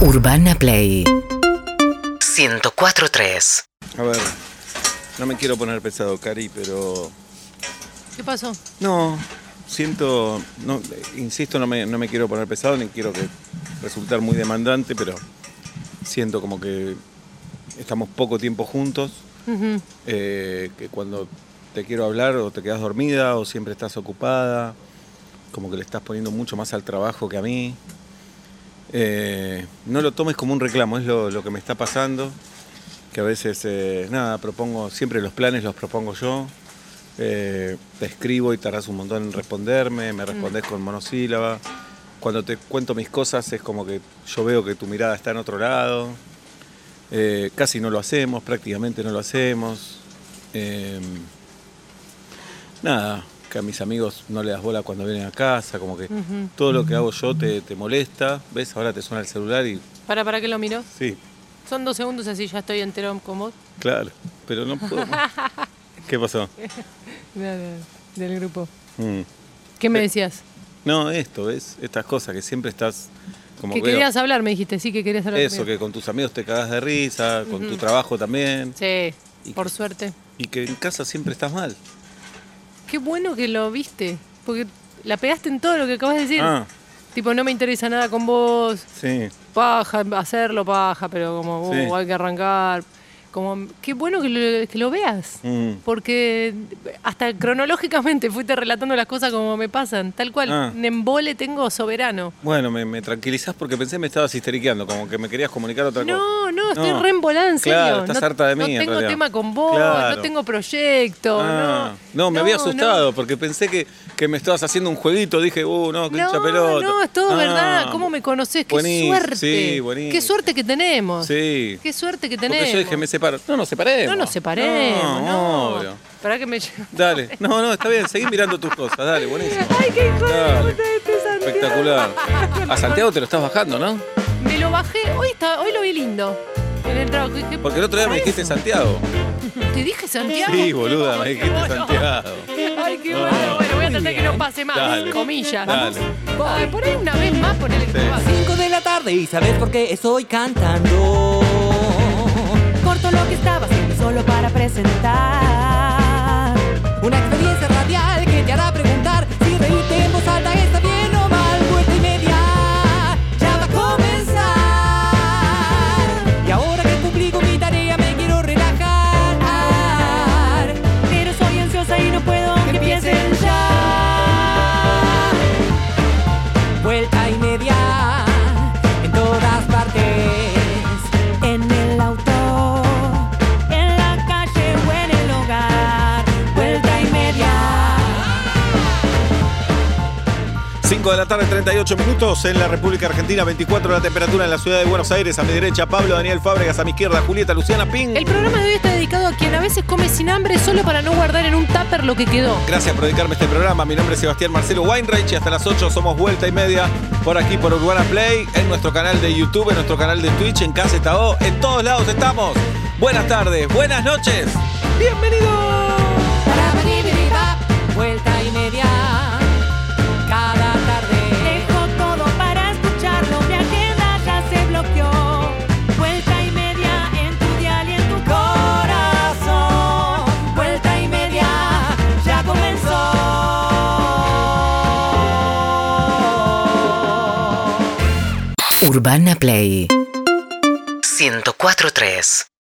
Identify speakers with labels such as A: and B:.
A: Urbana Play 104.3
B: A ver, no me quiero poner pesado, Cari, pero.
C: ¿Qué pasó?
B: No, siento. No, eh, insisto, no me, no me quiero poner pesado ni quiero que resultar muy demandante, pero siento como que estamos poco tiempo juntos. eh, que cuando te quiero hablar o te quedas dormida o siempre estás ocupada, como que le estás poniendo mucho más al trabajo que a mí. Eh, no lo tomes como un reclamo, es lo, lo que me está pasando, que a veces, eh, nada, propongo, siempre los planes los propongo yo, Eh, te escribo y tardás un montón en responderme, me respondés con monosílaba, cuando te cuento mis cosas es como que yo veo que tu mirada está en otro lado, Eh, casi no lo hacemos, prácticamente no lo hacemos. Eh, nada, que a mis amigos no le das bola cuando vienen a casa, como que todo lo que hago yo te, te molesta, ¿ves? Ahora te suena el celular y
C: ¿Para, para qué lo miró?
B: sí,
C: Son dos segundos así, ya estoy entero con vos.
B: claro, pero no puedo. más. ¿Qué pasó?
C: Del, del grupo.
B: Mm.
C: ¿Qué me decías?
B: No, esto, ¿ves? Estas cosas que siempre estás como
C: que
B: veo-
C: querías hablar, me dijiste, sí que querías hablar.
B: Eso,
C: conmigo.
B: que con tus amigos te cagas de risa, con tu trabajo también,
C: Sí,
B: Y-
C: por suerte.
B: y que en casa siempre estás mal.
C: Qué bueno que lo viste, porque la pegaste en todo lo que acabas de decir.
B: Ah,
C: Tipo, no me interesa nada con vos,
B: sí.
C: paja, hacerlo paja, pero como oh,
B: Sí.
C: hay que arrancar. Como, qué bueno que lo, que lo veas.
B: Mm.
C: Porque hasta cronológicamente fuiste relatando las cosas como me pasan, tal cual.
B: Ah.
C: Un embole tengo soberano.
B: Bueno, me, me tranquilizás porque pensé me estabas histeriqueando, como que me querías comunicar otra cosa.
C: No, no, estoy re embolada, en serio.
B: Claro, estás
C: no,
B: harta de mí.
C: No
B: en
C: tengo
B: realidad.
C: tema con vos,
B: Claro.
C: no tengo proyecto.
B: Ah,
C: no,
B: me había asustado porque pensé que, que me estabas haciendo un jueguito. Dije, uh, no, que
C: No,
B: hincha pelota.
C: no, es todo
B: Ah,
C: verdad. ¿Cómo me conoces? Qué
B: buenísimo,
C: suerte.
B: Sí, buenísimo.
C: Qué suerte que tenemos.
B: Sí.
C: Qué suerte que tenemos.
B: Porque yo dije, me separo. No, nos separemos.
C: No nos separemos, no.
B: obvio.
C: Para que me
B: Dale. No, no, está bien. Seguí mirando tus cosas. Dale, buenísimo.
C: Ay, qué hijo
B: Dale.
C: de puta este Santiago.
B: Espectacular. A Santiago te lo estás bajando, ¿no?
C: Me lo bajé, hoy está, hoy lo vi lindo. En el trabajo dije,
B: Porque el otro día me dijiste Santiago.
C: ¿te dije Santiago?
B: Sí, boluda, me
C: Ay, qué
B: dijiste
C: bueno.
B: Santiago.
C: Ay, qué bueno. Bueno, voy a tratar que no pase más.
B: Ah, Dale.
C: Comillas.
B: Dale.
C: Ay, por ahí una vez más poner el que pase.
D: 5 de la tarde y sabes por qué estoy cantando.
E: Corto lo que estaba haciendo solo para presentar.
D: Una experiencia radial que te hará preguntar si reírte en voz alta está bien o mal. Vuelta y media ya va a comenzar. Y ahora que publico mi tarea me quiero relajar.
E: Pero soy ansiosa y no puedo
D: Que
E: que
D: empiecen
E: empiecen
D: ya. Vuelta y media en todas partes.
E: en el auto, en la calle o en el hogar. Vuelta y media.
B: 5 de la tarde, 38 minutos en la República Argentina, 24 la temperatura en la ciudad de Buenos Aires. A mi derecha, Pablo Daniel Fábregas, a mi izquierda, Julieta Luciana Ping.
C: El programa de hoy está dedicado a quien a veces come sin hambre solo para no guardar en un tupper lo que quedó.
B: Gracias por dedicarme este programa. Mi nombre es Sebastián Marcelo Weinreich y hasta las 8 somos vuelta y media por aquí por Urbana Play, en nuestro canal de YouTube, en nuestro canal de Twitch, en KZO. En todos lados estamos. Buenas tardes, buenas noches. Bienvenidos.
D: Vuelta y media cada tarde.
E: Dejo todo para escucharlo. Mi agenda ya se bloqueó. Vuelta y media en tu dial y en tu corazón.
D: Vuelta y media ya comenzó.
A: Urbana Play 104.3